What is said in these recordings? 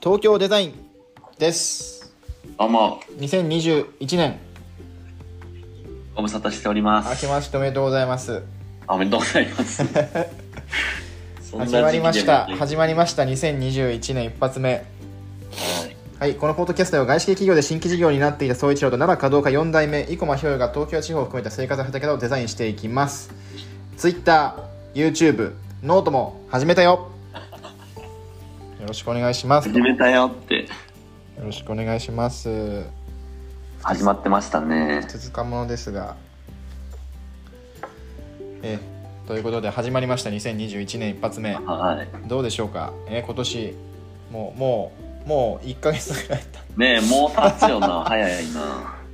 東京デザインですどうも、 2021年ご無沙汰しております。明けましておめでとうございますあおめでとうございます。そんな 時期始でもまりましたはい始まりました2021年一発目はい、このポッドキャストは外資系企業で新規事業になっていた総一郎と奈良華道家4代目生駒ひろが東京地方を含めた生活の畑をデザインしていきます TwitterYouTube ノートも始めたよよろしくお願いします始よめたよって、ろしくお願いします始まってましたね。続かものですがえということで始まりました2021年一発目はい。どうでしょうかえ今年もうもうもう1ヶ月ぐらい経ったねえ、もう経つ よな、早いな。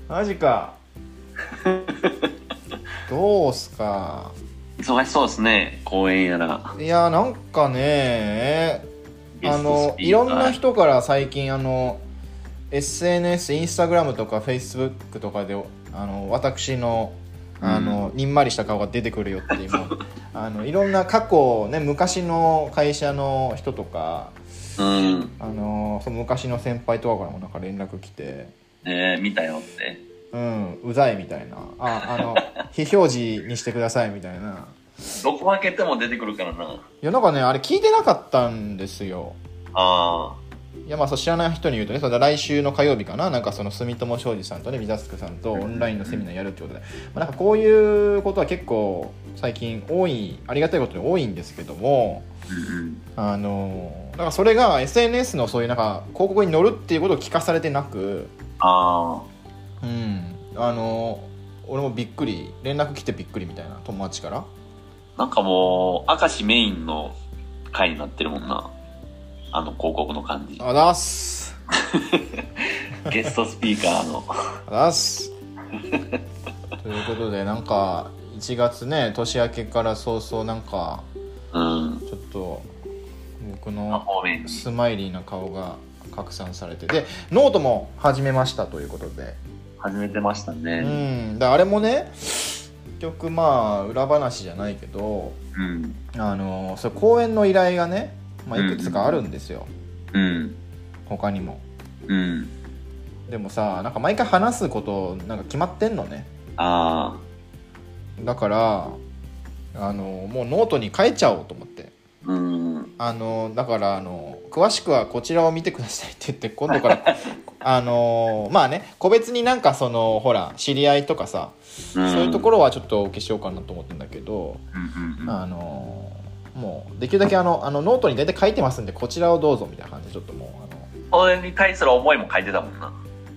マジかどうすか忙しそうですね、公演やら。いやなんかねゲあストのスピいーカーろんな人から最近あの SNS インスタグラムとかフェイスブックとかであの私のあの、にんまりした顔が出てくるよって 今あのいろんな過去ね昔の会社の人とかうん。あのその昔の先輩とかからもなんか連絡来てねえ、見たよって。うんうざいみたいなああ の非表示にしてくださいみたいなどこ開けても出てくるからな。いやなんかねあれ聞いてなかったんですよあいやまあそう知らない人に言うとねそれ来週の火曜日かななんかその住友商事さんとねビザスクさんとオンラインのセミナーやるってことで、まあ、なんかこういうことは結構最近多いありがたいことに多いんですけどもあ。うんあのなんかそれが SNS のそういうなんか広告に乗るっていうことを聞かされてなくあうんあの俺もびっくり連絡来てびっくりみたいな友達からあ。なんかもう、明石メインの回になってるもんな。あの広告の感じ。あだっすゲストスピーカーの。あざっすということでなんか1月ね年明けから早々なんかうん。ちょっと僕まあの方面に。スマイリーな顔が拡散されてでノートも始めましたということで始めてましたうね。んであれもね結局まあ裏話じゃないけどうん。あのそれ講演の依頼がね、まあ、いくつかあるんですよ、うん。他にもうん。でもさなんか毎回話すことなんか決まってんのねあだからあのもうノートに書いちゃおうと思ってあ。うん。あのだからあの詳しくはこちらを見てくださいって言って今度から あのまあね個別になんかそのほら知り合いとかさ、そうそういうところ。ろはちょっとお受けしようかなと思ってんだけど、うんうんあのもうできるだけあのあのノートに大体書いてますんでこちらをどうぞみたいな感じでちょっともうそれに対する思いも書いてたもんな。あの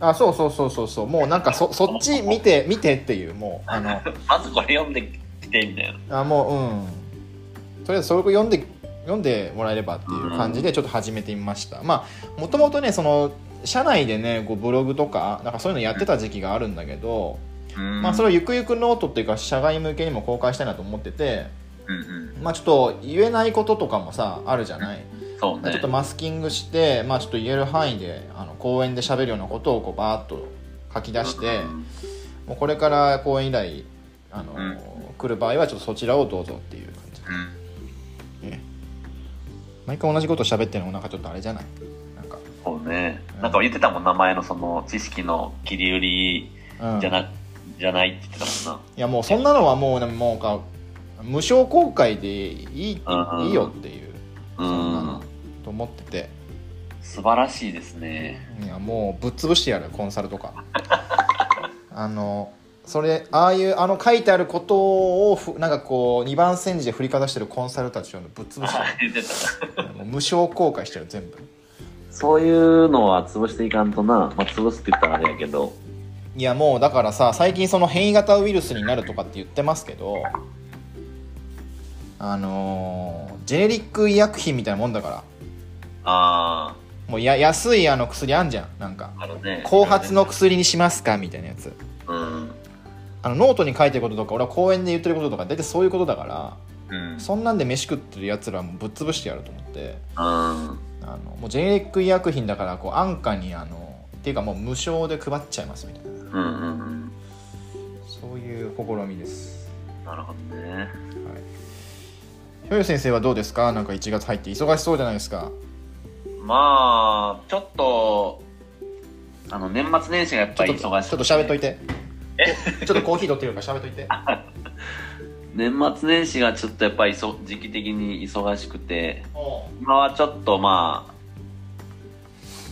あそうそうそうそうそうもうなんかそそっち見て見てっていうもうあの まずこれ読んできてみたいな。あもううんとりあえずそれを読んで読んでもらえればっていう感じでちょっと始めてみました、まあもともとねその社内でねこうブログとかなんかそういうのやってた時期があるんだけど、うんまあそれをれ。ゆくゆくノートっていうか社外向けにも公開したいなと思っててうんうん。まあちょっと言えないこととかもさあるじゃない、そうね。ちょっとマスキングしてまあちょっと言える範囲であの公演で喋るようなことをこうバーッと書き出して、もうこれから公演以来あの、うん来る場合はちょっとそちらをどうぞっていう感じうん。ね毎回同じこと喋ってるのもなんかちょっとあれじゃないなんか、そうね。なんか言ってたもん、名前のその知識の切り売りうん、じゃいな、じゃないって言ってたもんな。やもうそんなのはもうでももうか無償公開でいい,、うんうんいいよっていうそんなうのん。と思ってて素晴らしいですね。いやもうぶっ潰してやるコンサルと かあのそれああいうあの書いてあることをふなんかこう二番煎じで振りかざしてるコンサルたちをぶっ潰して 言ってた。や るもう無償公開してる全部そういうのは潰していかんとな。まあ、潰すって言ったらあれやけど。いやもうだからさ最近その変異型ウイルスになるとかって言ってますけどあのージェネリック医薬品みたいなもんだからあもうや安いあの薬あんじゃんなんかあ、あのね。後発の薬にしますかみたいなやつうん。あのノートに書いてることとか俺は講演で言ってることとか大体そういうことだからうん。そんなんで飯食ってるやつらはもうぶっ潰してやると思ってうん。あのもうジェネリック医薬品だからこう安価にあのっていうかもう無償で配っちゃいますみたいなうんうんうん。そういう試みですなるほどね。ひょうよ先生はどうですかなんか1月入って忙しそうじゃないですかまあ、ちょっと、あの、年末年始がやちっょぱっりと忙しちくょてっと喋っといてちょっとコーヒー取ってるから喋っといて年末年始がちょっとやっぱり忙時期的に忙しくて、おう今はちょっとまあ、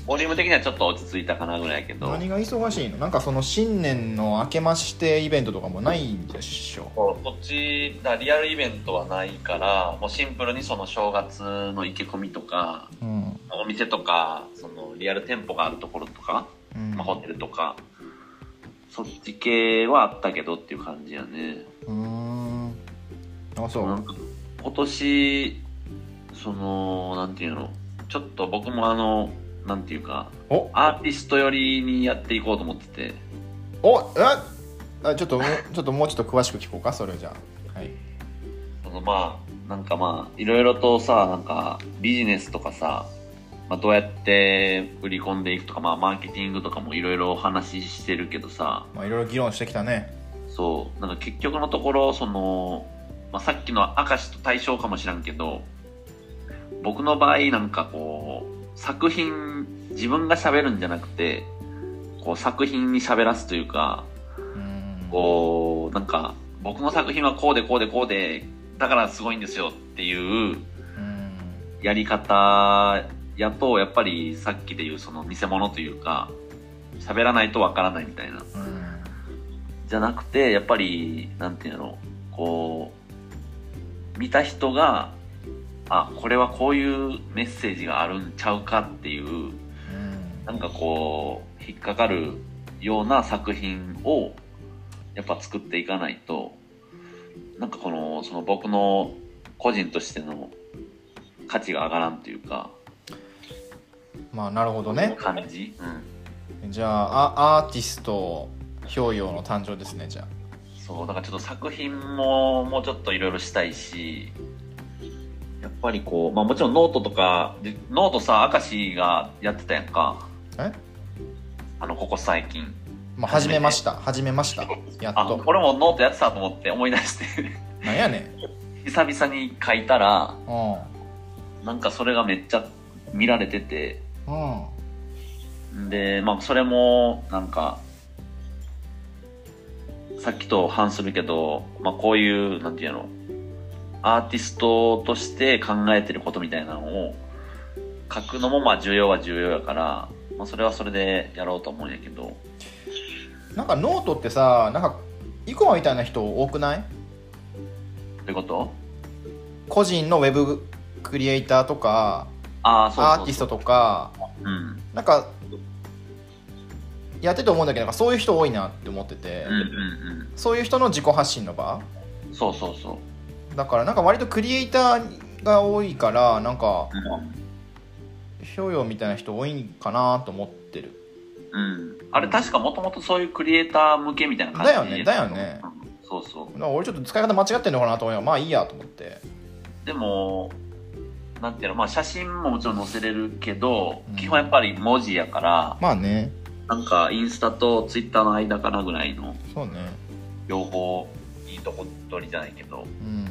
ボリューム的にはちょっと落ち着いたかなぐらいやけど、何が忙しいのなんかその新年の明けましてイベントとかもないんでしょこっち、だリアルイベントはないから、もうシンプルにその正月の意気込みとか、うん、お店とか、そのリアル店舗があるところとか、うんまあ、ホテルとか、そっち系はあったけどっていう感じやね。うーんあそう、なんか今年、その、なんていうの、ちょっと僕もあの、なんていうか、おアーティスト寄りにやっていこうと思ってて、おえあちょっともうちょっともうちょっと詳しく聞こうかそれじゃあはいそのまあ、なんかまあ、いろいろとさ、なんかビジネスとかさ、まあ、どうやって売り込んでいくとか、まあ、マーケティングとかもいろいろお話ししてるけどさ、まあいろいろ議論してきたねそう、なんか結局のところ、その、まあ、さっきの明石と対象かもしらんけど、僕の場合なんかこう、作品、自分が喋るんじゃなくて、こう作品に喋らすというか、うんこう、なんか、僕の作品はこうでこうでこうで、だからすごいんですよっていううんやり方やと、やっぱりさっきで言うその見せ物というか、喋らないとわからないみたいな。うんじゃなくて、やっぱり、なんていうの、こう、見た人が、あ、これはこういうメッセージがあるんちゃうかっていう、うんなんかこう、引っかかるような作品を、やっぱ作っていかないと、なんかこの、その僕の個人としての価値が上がらんというか、まあなるほどね感じ、うん。じゃああアーティスト氷洋の誕生ですねじゃあそう、だからちょっと作品ももうちょっといろいろしたいし、やっぱりこう、まあもちろんノートとか、でノートさ、明石がやってたやんか。えあの、ここ最近。まあ始めました始めましたやっあ、と俺もノートやってたと思って思い出して、 なんやねん久々に書いたら、うんなんかそれがめっちゃ見られてて、うんんで、まあそれも、なんか、さっきと反するけど、まあこういう、なんていうの、アーティストとして考えてることみたいなのを書くのもまあ重要は重要やから、まあそれはそれでやろうと思うんやけど、なんかノートってさなんかイコマみたいな人多くないってこと個人のウェブクリエイターとかああ、そうそうアーティストとかうん。なんかやってて思うんだけどなんかそういう人多いなって思ってて、うんうんそういう人の自己発信の場うん。そうそうそう。だからなんか割とクリエイターが多いからなんか表用みたいな人多いんかなと思ってるうん。あれ確かもともとそういうクリエイター向けみたいな感じだよねだよねうんそうそう。だから俺ちょっと使い方間違ってんのかなと思いながらまあいいやと思ってでも、なんていうの、まあ写真ももちろん載せれるけど、うん基本やっぱり文字やから、まあねなんかインスタとツイッターの間かなぐらいの、そうね両方いいとこ取りじゃないけど、うん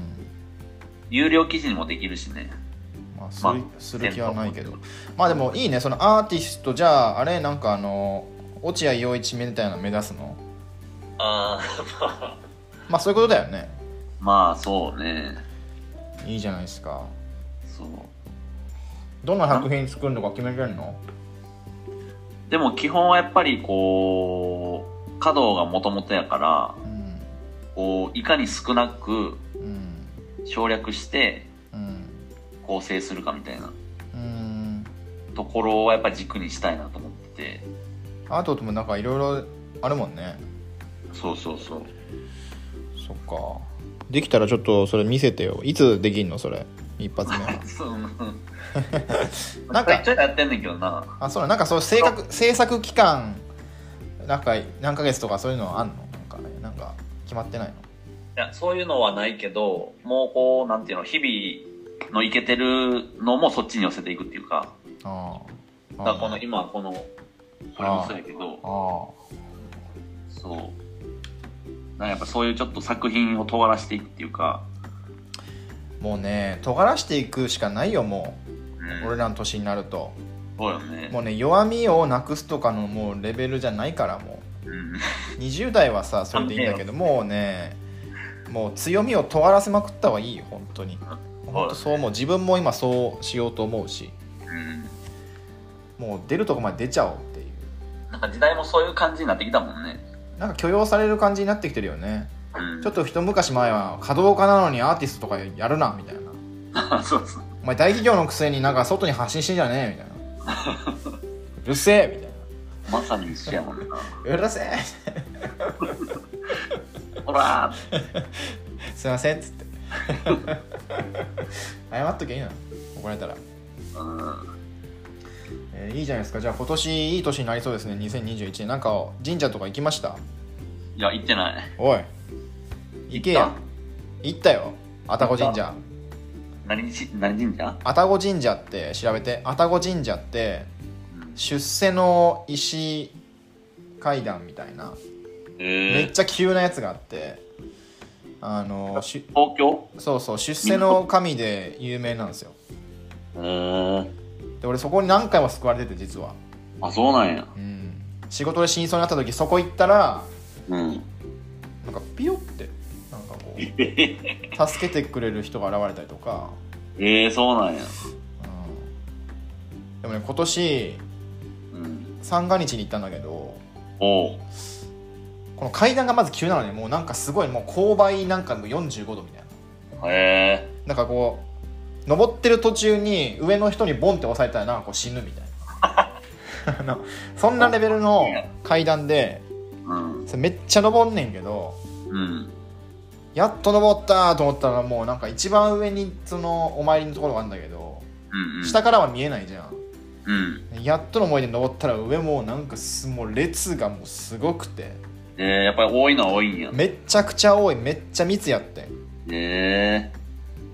有料記事にもできるしね。まあすまる,、あする気はないけどまあでもいいねそのアーティストじゃああれなんかあの落合陽一みたいなの目指すのあーまあ、まあそういうことだよねまあそうね。いいじゃないですかそう。どんな作品作るのか決めれるのでも基本はやっぱりこう、稼働がもともとやから、うんこう、いかに少なくうん省略してうん構成するかみたいなうんところはやっぱ軸にしたいなと思ってて。アートともなんかいろいろあるもんねそうそうそう。そっかできたらちょっとそれ見せてよいつできんのそれ一発目 は そう。ななんんかか、ちょいちょいやってんねんけどな。あそうなんかそう制作制作期間なんか何ヶ月とかそういうのあんのなんかなんか決まってないのいや、そういうのはないけど、もうこう、なんていうの、日々のいけてるのもそっちに寄せていくっていうか、ああだからこの今、この、これもそうやけど、あそう。なんかやっぱそういうちょっと作品を尖らしていくっていうか、あもうね尖らしていくしかないよもうんう俺らの年になるとそうよね。もうね弱みをなくすとかのもうレベルじゃないからもうん。う20代はさそれでいいんだけどもうねもう強みを尖らせまくった方がいいよ本当に本当そう思う自分も今そうしようと思うしうん。もう出るとこまで出ちゃおうっていうなんか時代もそういう感じになってきたもんね。なんか許容される感じになってきてるよねうん。ちょっと一昔前は華道家なのにアーティストとかやるなみたいな そうそう。お前大企業のくせになんか外に発信してんじゃねえみたいなうるせえみたいまさに一緒やもん な。なうるせえ ほらすいませんっつって 謝っときゃいいな怒られたら、ーうん。えーいいじゃないですかじゃあ今年いい年になりそうですね2021年なんか神社とか行きましたいや、行ってない。おい行けや行ったよ愛宕神社何し、何神社愛宕神社って調べて愛宕神社ってうん出世の石階段みたいなめえっー、ちゃ急なやつがあってあのし東京そうそう出世の神で有名なんですよえー、で俺そこに何回も救われてて実はあ、そうなんや。うん仕事で真相になった時そこ行ったらうん。なんかピヨってなんか こう助けてくれる人が現れたりとか、えー、そうなんや。うんでもね今年うん。三が日に行ったんだけどおう。この階段がまず急なのにもうなんかすごいもう勾配なんかもう45度みたいなへえなんかこう登ってる途中に上の人にボンって押されたらなんかこう死ぬみたいな あのそんなレベルの階段でー。うん。それめっちゃ登んねんけどうん。やっと登ったと思ったらもうなんか一番上にそのお参りのところがあるんだけどうん、うん。下からは見えないじゃんうん。やっとの思いで登ったら上もうなんかすもう列がもうすごくてえー、やっぱり多いのは多いんや。めっちゃくちゃ多いめっちゃ密やってん、え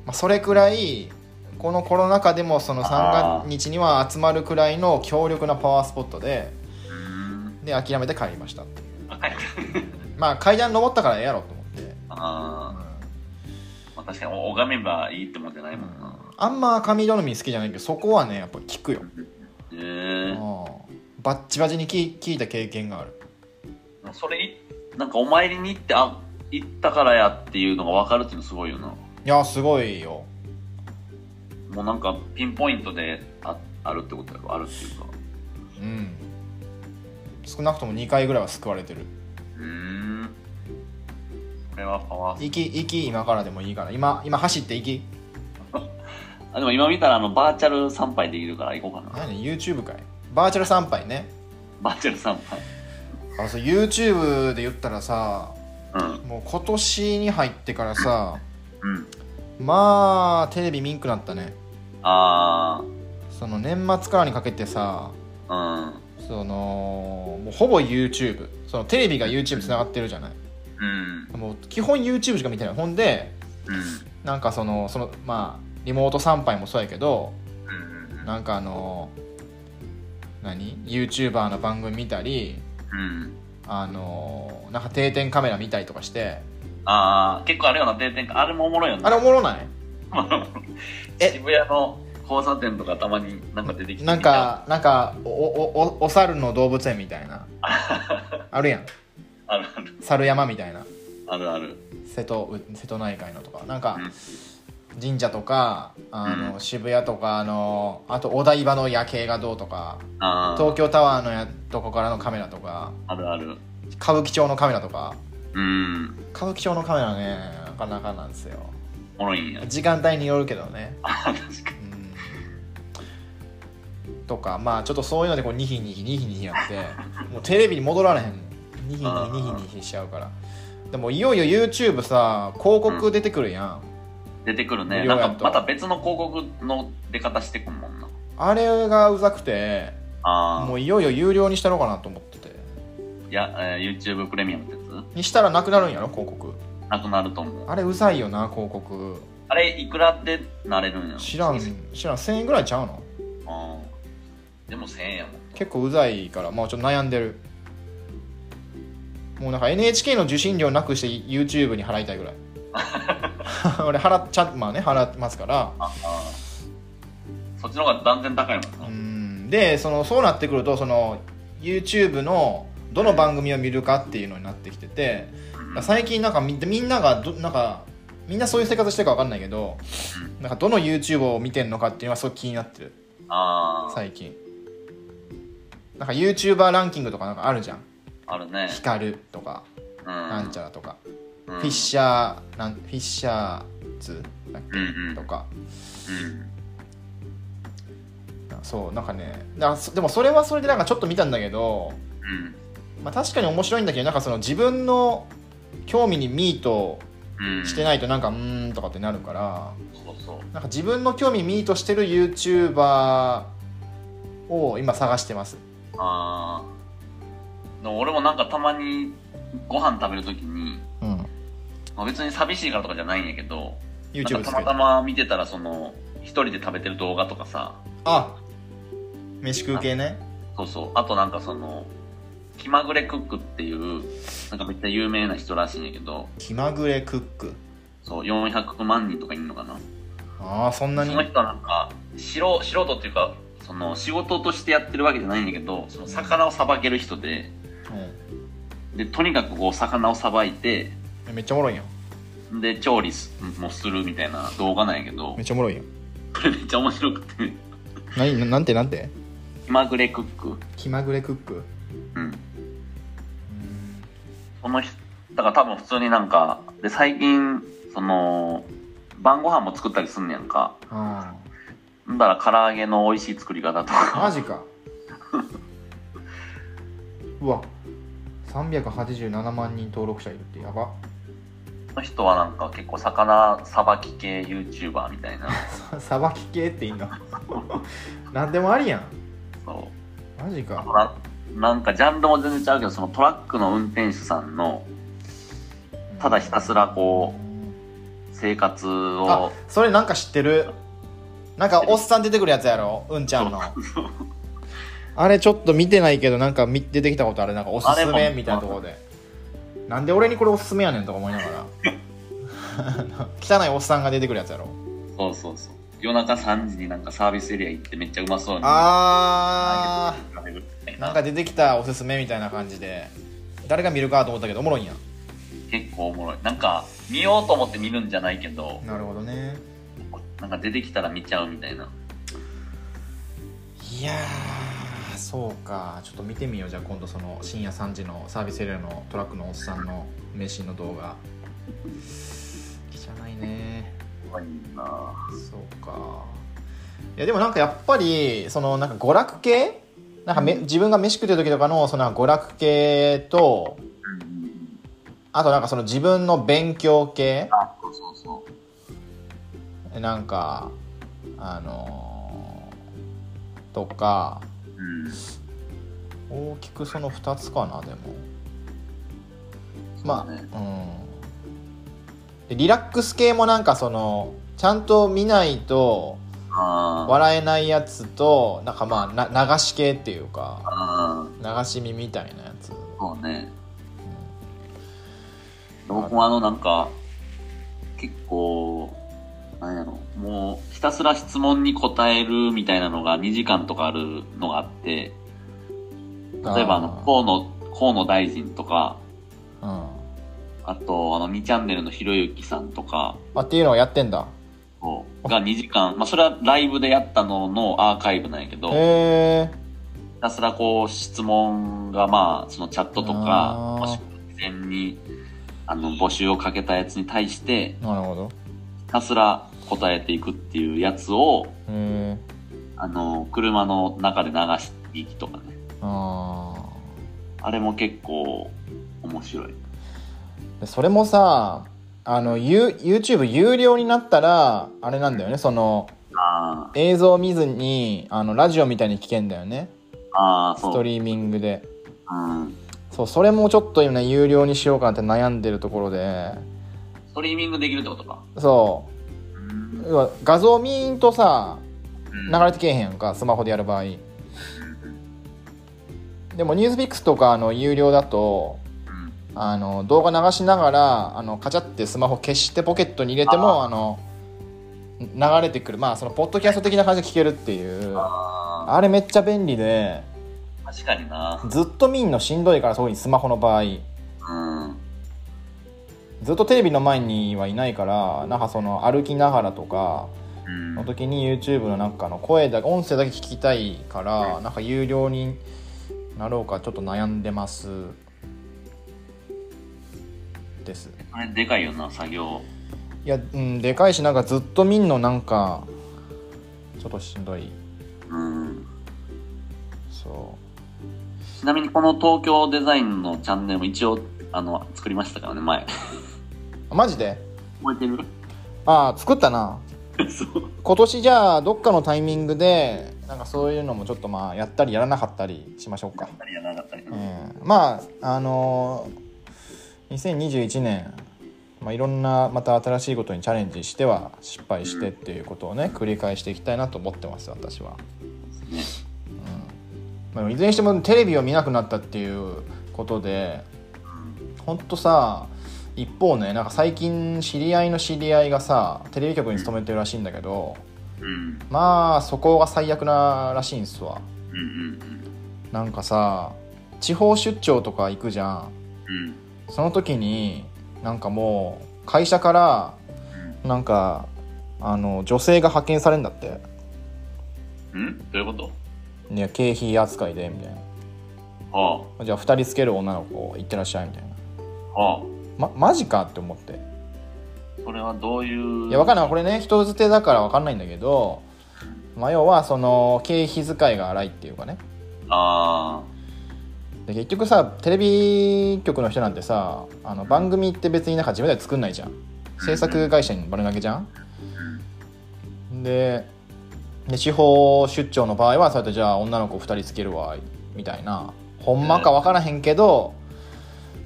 まあ、それくらいこのコロナ禍でもその三が日には集まるくらいの強力なパワースポットでー。うん。で諦めて帰りましたっていうあ、帰った。まあ階段登ったからええやろと思って、うあんー。まあ、確かに拝めばいいってもんじゃないもんな。あんま神頼み好きじゃないけどそこはねやっぱ聞くよえー。うんバッチバチに聞聞いた経験があるそれいなんかお参りに行ってあ行ったからやっていうのが分かるっていうのすごいよないやすごいよもうなんかピンポイントでああるってことやろあるっていうかうん少なくとも2回ぐらいは救われてるうーんこれはパワー行き行き今からでもいいから今今走って行きあでも今見たらあのバーチャル参拝できるから行こうかな何 YouTube かいバーチャル参拝ねバーチャル参拝あそう YouTube で言ったらさうんもう今年に入ってからさうんまあテレビ見んくなったねあその年末からにかけてさあそのもうほぼ YouTube そのテレビが YouTube つながってるじゃないうんうんもう基本 YouTube しか見てないほんでうんなんかそのそのまあリモート参拝もそうやけどうんなんかあの何 YouTuber の番組見たりうんあのなんか定点カメラ見たりとかしてああ結構あれよな定点あれもおもろいよあなれおもろないえ渋谷の交差点とかたまになんか出てきてなんかなんかおおおお猿の動物園みたい なあるやんあるある猿山みたいなあるある瀬戸う瀬戸内海のとかなんうかん神社とかあの、うん渋谷とかあのあとお台場の夜景がどうとかあー東京タワーのやとこからのカメラとかあるある。歌舞伎町のカメラとかうん。歌舞伎町のカメラねなかなかなんですよおもろいんや。 時間帯によるけどねあ、確かうんとかまあちょっとそういうのでこうニヒニヒニヒニヒや ってもうテレビに戻られへんニヒニヒニヒニヒしちゃうからでもいよいよ YouTube さ広告出てくるやん、出てくるね。無料なやとんかまた別の広告の出方してくんもんな。あれがうざくてあもあ。ういよいよ有料にしたのかなと思ってていや、えー YouTube プレミアムってやつにしたらなくなるんやろ広告なくなると思う。あれうざいよな広告あれ、いくらでなれるんや知らん知らん1000円ぐらいちゃうのあーでも1000円やもん。結構うざいからまあちょっと悩んでるもうなんか NHK の受信料なくして YouTube に払いたいぐらい 俺払っちゃまあね払ってますからああー。そっちの方が断然高いもんうな。んうん、でそのそうなってくるとその YouTube のどの番組を見るかっていうのになってきててだから最近なんかみみんながどなんかみんなそういう生活してるか分かんないけどなんかどの YouTube を見てんのかっていうのはすごい気になってるああ、最近なんか YouTuber ランキングとかなんかあるじゃんあるね。光るとかうなんんち。ゃらとか、フフィッシャーなんフィッシャーズだっけ、うんうんとかうん。そうなんかねだからそでもそれはそれでなんかちょっと見たんだけどうん。まあ、確かに面白いんだけどなんかその自分の興味にミートうん。してないとなんかうーんとかってなるからそうそう。なんか自分の興味ミートしてる YouTuber を今探してますああ。でも俺もなんかたまにご飯食べるときに、うんまあ、別に寂しいからとかじゃないんやけど、なん YouTube つかけたまてたま見てたら、その、一人で食べてる動画とかさ、あ飯食う系ねそうそう。あとなんかその、気まぐれクックっていう、なんかめっちゃ有名な人らしいんやけど、気まぐれクックそう、400万人とかいるのかな。ああそんなそにの人はなんか素素人っていうかその仕事としてやってるわけじゃないんだけどその魚をさばける人ででとにかくこう魚をさばいてうんめっちゃおもろいやんで調理すもするみたいな動画なんやけどめっちゃおもろいやんこれめっちゃ面白くて何ななんてなんて「気まぐれクック気まぐれクック」うんその人だから多分普通になんかで最近その晩ご飯も作ったりすんねやんかあんだから唐揚げの美味しい作り方とあか マジか うわ387万人登録者いるってやばその人はなんか結構魚さばき系 YouTuber みたいなささばき系っていいんだ なんでもありやんそうマジかななんかジャンルも全然違うけどそのトラックの運転手さんのただひたすらこうん生活あをそれなんか知ってるなんかおっさん出てくるやつやろうんちゃん のあれちょっと見てないけどなんか見出てきたことあるなんかおすすあれめもみたいなところでなんで俺にこれおすすめやねんとか思いながら あの汚いおっさんが出てくるやつやろそうそうそう夜中3時になんかサービスエリア行ってめっちゃうまそうにあー食べるみたいななんか出てきたおすすめみたいな感じで誰が見るかと思ったけどおもろいんや結構おもろいなんか見ようと思って見るんじゃないけどなるほどねなんか出てきたら見ちゃうみたいないやーそうかちょっと見てみようじゃあ今度その深夜3時のサービスエリアのトラックのおっさんの飯の動画汚いね怖いなそうかいやでもなんかやっぱりそのなんか娯楽系なんかめ自分が飯食ってる時とかのその娯楽系とうんあとなんかその自分の勉強系あそうそうそうなんかあのーとかうん大きくその2つかなでもまあうんでリラックス系もなんかそのちゃんと見ないとあー笑えないやつとなんかまあな流し系っていうかあー流し見みたいなやつ、うんそうね僕もあのなんか結構なんやろもうひたすら質問に答えるみたいなのが2時間とかあるのがあって例えばあの河野河野大臣とかうんあとあの2チャンネルのひろゆきさんとかあっていうのをやってんだが2時間、まあ、それはライブでやったののアーカイブなんやけどひへえたすらこう質問がまあそのチャットとあかーもしくは事前にあの募集をかけたやつに対してなるほどひたすら答えていくっていうやつを、へえあの、車の中で流していきとかね。あああれも結構面白い。でそれもさあの、ユー YouTube 有料になったらあれなんだよねそのあ映像を見ずにあのラジオみたいに聞けんだよねあ、ああ、スそトう。リーミングでうん。そうそれもちょっと今ね有料にしようかなって悩んでるところでストリーミングできるってことか。。そううん要は画像見んとさうん流れてけえへんやんかスマホでやる場合でもニュースピックスとかあの有料だとうんあの動画流しながらあのカチャってスマホ消してポケットに入れてもあの流れてくるまあそのポッドキャスト的な感じで聞けるっていうあなあれめっちゃ便利で確かになずっと見んのしんどいからそうにスマホの場合うんずっとテレビの前にはいないからなんかその歩きながらとかうんの時に YouTube のなんかの声だけ音声だけ聞きたいからなんか有料になろうかちょっと悩んでますですあれでかいよな作業いや、うん、でかいしなんかずっと見んのなんかちょっとしんどいうんそちなみにこの東京デザインのチャンネルも一応あの作りましたからね前うあマジで覚えてる ああ作ったなそう今年じゃあどっかのタイミングでなんかそういうのもちょっとまあやったりやらなかったりしましょうかあ、ったりやらなかったりええまああのー2021年、まあ、いろんなまた新しいことにチャレンジしては失敗してっていうことをね繰り返していきたいなと思ってます私は、ねまあ、いずれにしてもテレビを見なくなったっていうことでほんとさ一方ねなんか最近知り合いの知り合いがさテレビ局に勤めてるらしいんだけどうんまあそこが最悪ならしいんすわうんうんなんかさ地方出張とか行くじゃんうんその時になんかもう会社からなんかあの女性が派遣されるんだってうんうんどういうことね経費扱いでみたいあなじゃあ2人つける女の子行ってらっしゃいみたいなあああまマジかって思ってそれはどういういいやわかんんないこれね人づてだからわかんないんだけど、まあ、要はその経費遣いが荒いっていうかねあで結局さテレビ局の人なんてさあの番組って別になんか自分では作んないじゃん制作会社に丸投げじゃんあでで地方出張の場合はそうやってじゃあ女の子2人つけるわみたいなほんまか分からへんけど、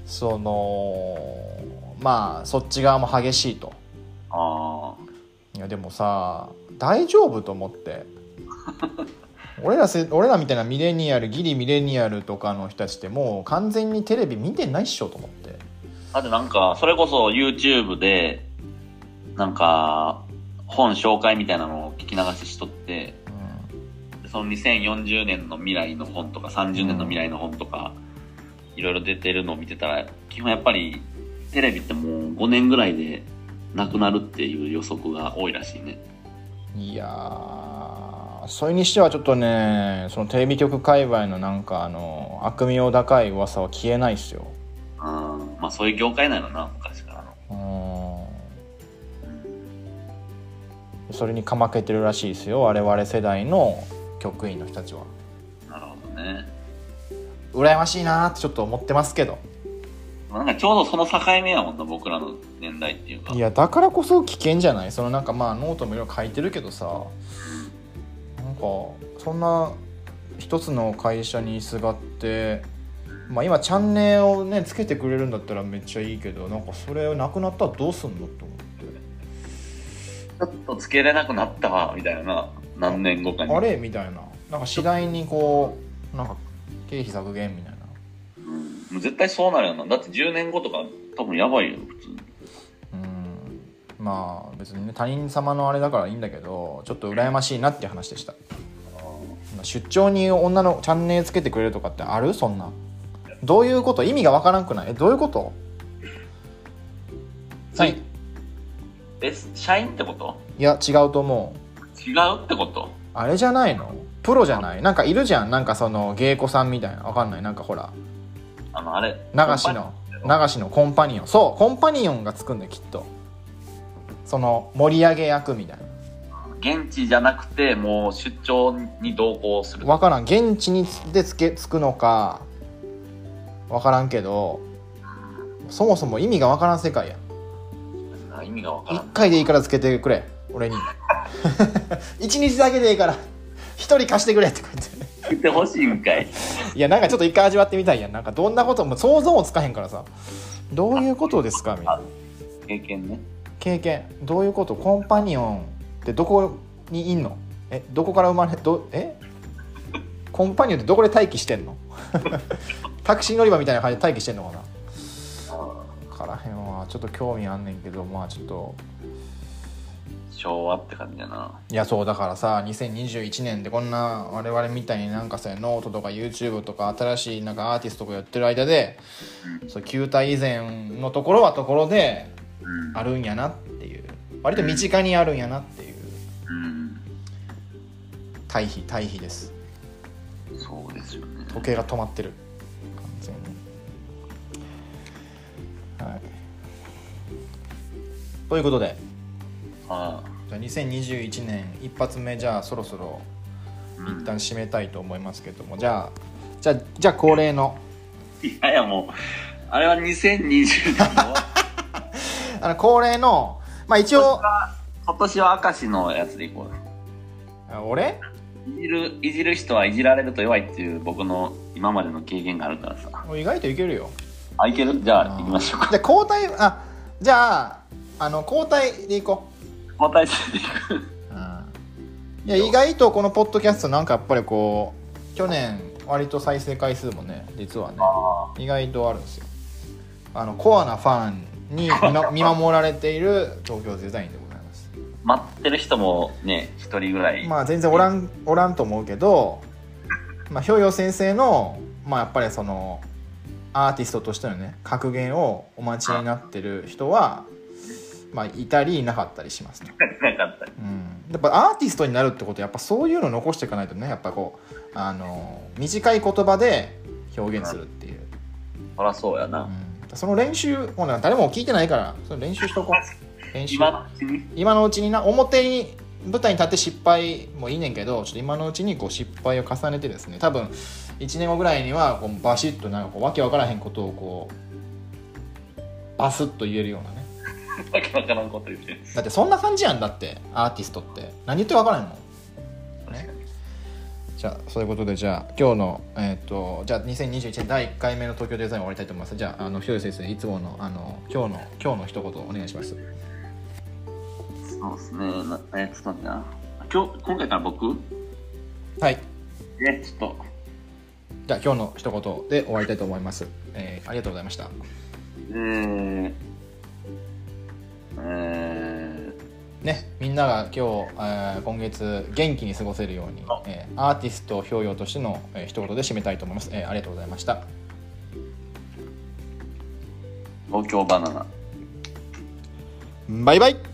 そのまあそっち側も激しいとああいやでもさ大丈夫と思って俺らせ俺らみたいなミレニアルギリミレニアルとかの人たちってもう完全にテレビ見てないっしょと思ってだってなんか、それこそ YouTube で、なんか、本紹介みたいなのを聞き流ししとって、その2040年の未来の本とか30年の未来の本とか、いろいろ出てるのを見てたら、基本やっぱりテレビってもう5年ぐらいでなくなるっていう予測が多いらしいね。うんいやーそれにしてはちょっとねそのテレビ局界隈のなんかあの悪名高い噂は消えないっすようん。まあそういう業界なのな、昔からの。うんそれにかまけてるらしいですよ我々世代の局員の人たちはなるほどね。羨ましいなーってちょっと思ってますけどまあなんかちょうどその境目やもんな、僕らの年代っていうか。いやだからこそ危険じゃないそのなんかまあノートもいろいろ書いてるけどさなんかそんな一つの会社にすがってまあ今チャンネルをねつけてくれるんだったらめっちゃいいけどなんかそれなくなったらどうすんのって思っちょっとつけれなくなったわ、みたいな。何年後かに。てあれみたいななんか次第にこうなんか経費削減みたいなうんもう絶対そうなるよな。だって10年後とか多分やばいよ、普通に。うんまあ別にね他人様のあれだからいいんだけどちょっと羨ましいなっていう話でした出張に女のチャンネルつけてくれるとかってあるそんなどういうこと意味がわからんくないえどういうことはいいえ、社員ってことや違うと思う違うってことあれじゃないのプロじゃないなんかいるじゃんなんかその芸妓さんみたいなわかんないなんかほらあの、あれ。流しの流しのコンパニオンそうコンパニオンがつくんだよきっとその盛り上げ役みたいな現地じゃなくて、もう出張に同行する。分からん現地にでつけつくのか分からんけどそもそも意味が分からん世界や意味がわから1ん。回でいいからつけてくれ俺に1日だけでいいから1人貸してくれってこうやっ言ってほしいんかい。ていやなんかちょっと一回味わってみたいやんなんかどんなことも想像もつかへんからさどういうことですかみたいな経験ね。経験どういうことコンパニオンってどこにいんのえどこから生まれどえコンパニオンってどこで待機してんの タクシー乗り場みたいな感じで待機してんのかなからへんはちょっと興味あんねんけどまあちょっと昭和って感じだな。いやそうだからさ2021年でこんな我々みたいになんかさノートとか YouTube とか新しいなんかアーティストとかやってる間でそう球体以前のところはところでうん。あるんやなっていう割と身近にあるんやなっていううん。対比対比ですそうですよね。時計が止まってる完全にはいということでああ。じゃあ2021年一発目じゃあそろそろう一ん。旦締めたいと思いますけどもじゃあじゃあじゃあ恒例のいやいやもう、あれは2020年の、 あの恒例のまあ一応今年は明石のやつでいこうよ。あ俺いじる、いじる人はいじられると弱いっていう僕の今までの経験があるからさ。意外といけるよあ、いけるじあゃーあ行きましょうか。 じゃあ交代あじゃああの交代でいこ交代制でいく。う、いや意外とこのポッドキャストなんかやっぱりこう去年割と再生回数もね実はねあ意外とあるんですよあのコアなファンに見 ま見守られている東京デザインでございますー待ってる人もね、一人ぐらい。まあ全然おらんおらんと思うけど、まあ、ひょうよ先生のまあやっぱりそのアーティストとしてのね格言をお待ちになってる人はまあいたりいなかったりしますと、なかった。うん、やっぱアーティストになるってことはやっぱそういうの残していかないとねやっぱこうあの短い言葉で表現するっていう、そらそうやうな。ん、その練習もうなんか誰も聞いてないからその練習しとこう練習今のうちに。今のうちにな表に舞台に立って失敗もいいねんけどちょっと今のうちにこう失敗を重ねてですね多分1年後ぐらいにはこうバシッとなんかこうわけわからへんことをこうバスッと言えるようなねわけわからんこと言ってる。だってそんな感じやんだってアーティストって何言ってわからへんの確かに。じゃあそういうことでじゃあ今日のえっ、とじゃあ2021年第1回目の東京デザイン終わりたいと思いますじゃああのひより先生いつものあの今日の今日の一言お願いしますそうですね。なえー、ちょっと待ってな。今日、今回から僕はいえ、ちょっと。じゃあ今日の一言で終わりたいと思います、えーありがとうございましたえー、えね、みんなが今日、えー今月元気に過ごせるようにあ、えーアーティスト表揚としての、えー一言で締めたいと思います、えーありがとうございましたー、東京バナナ。バイバイ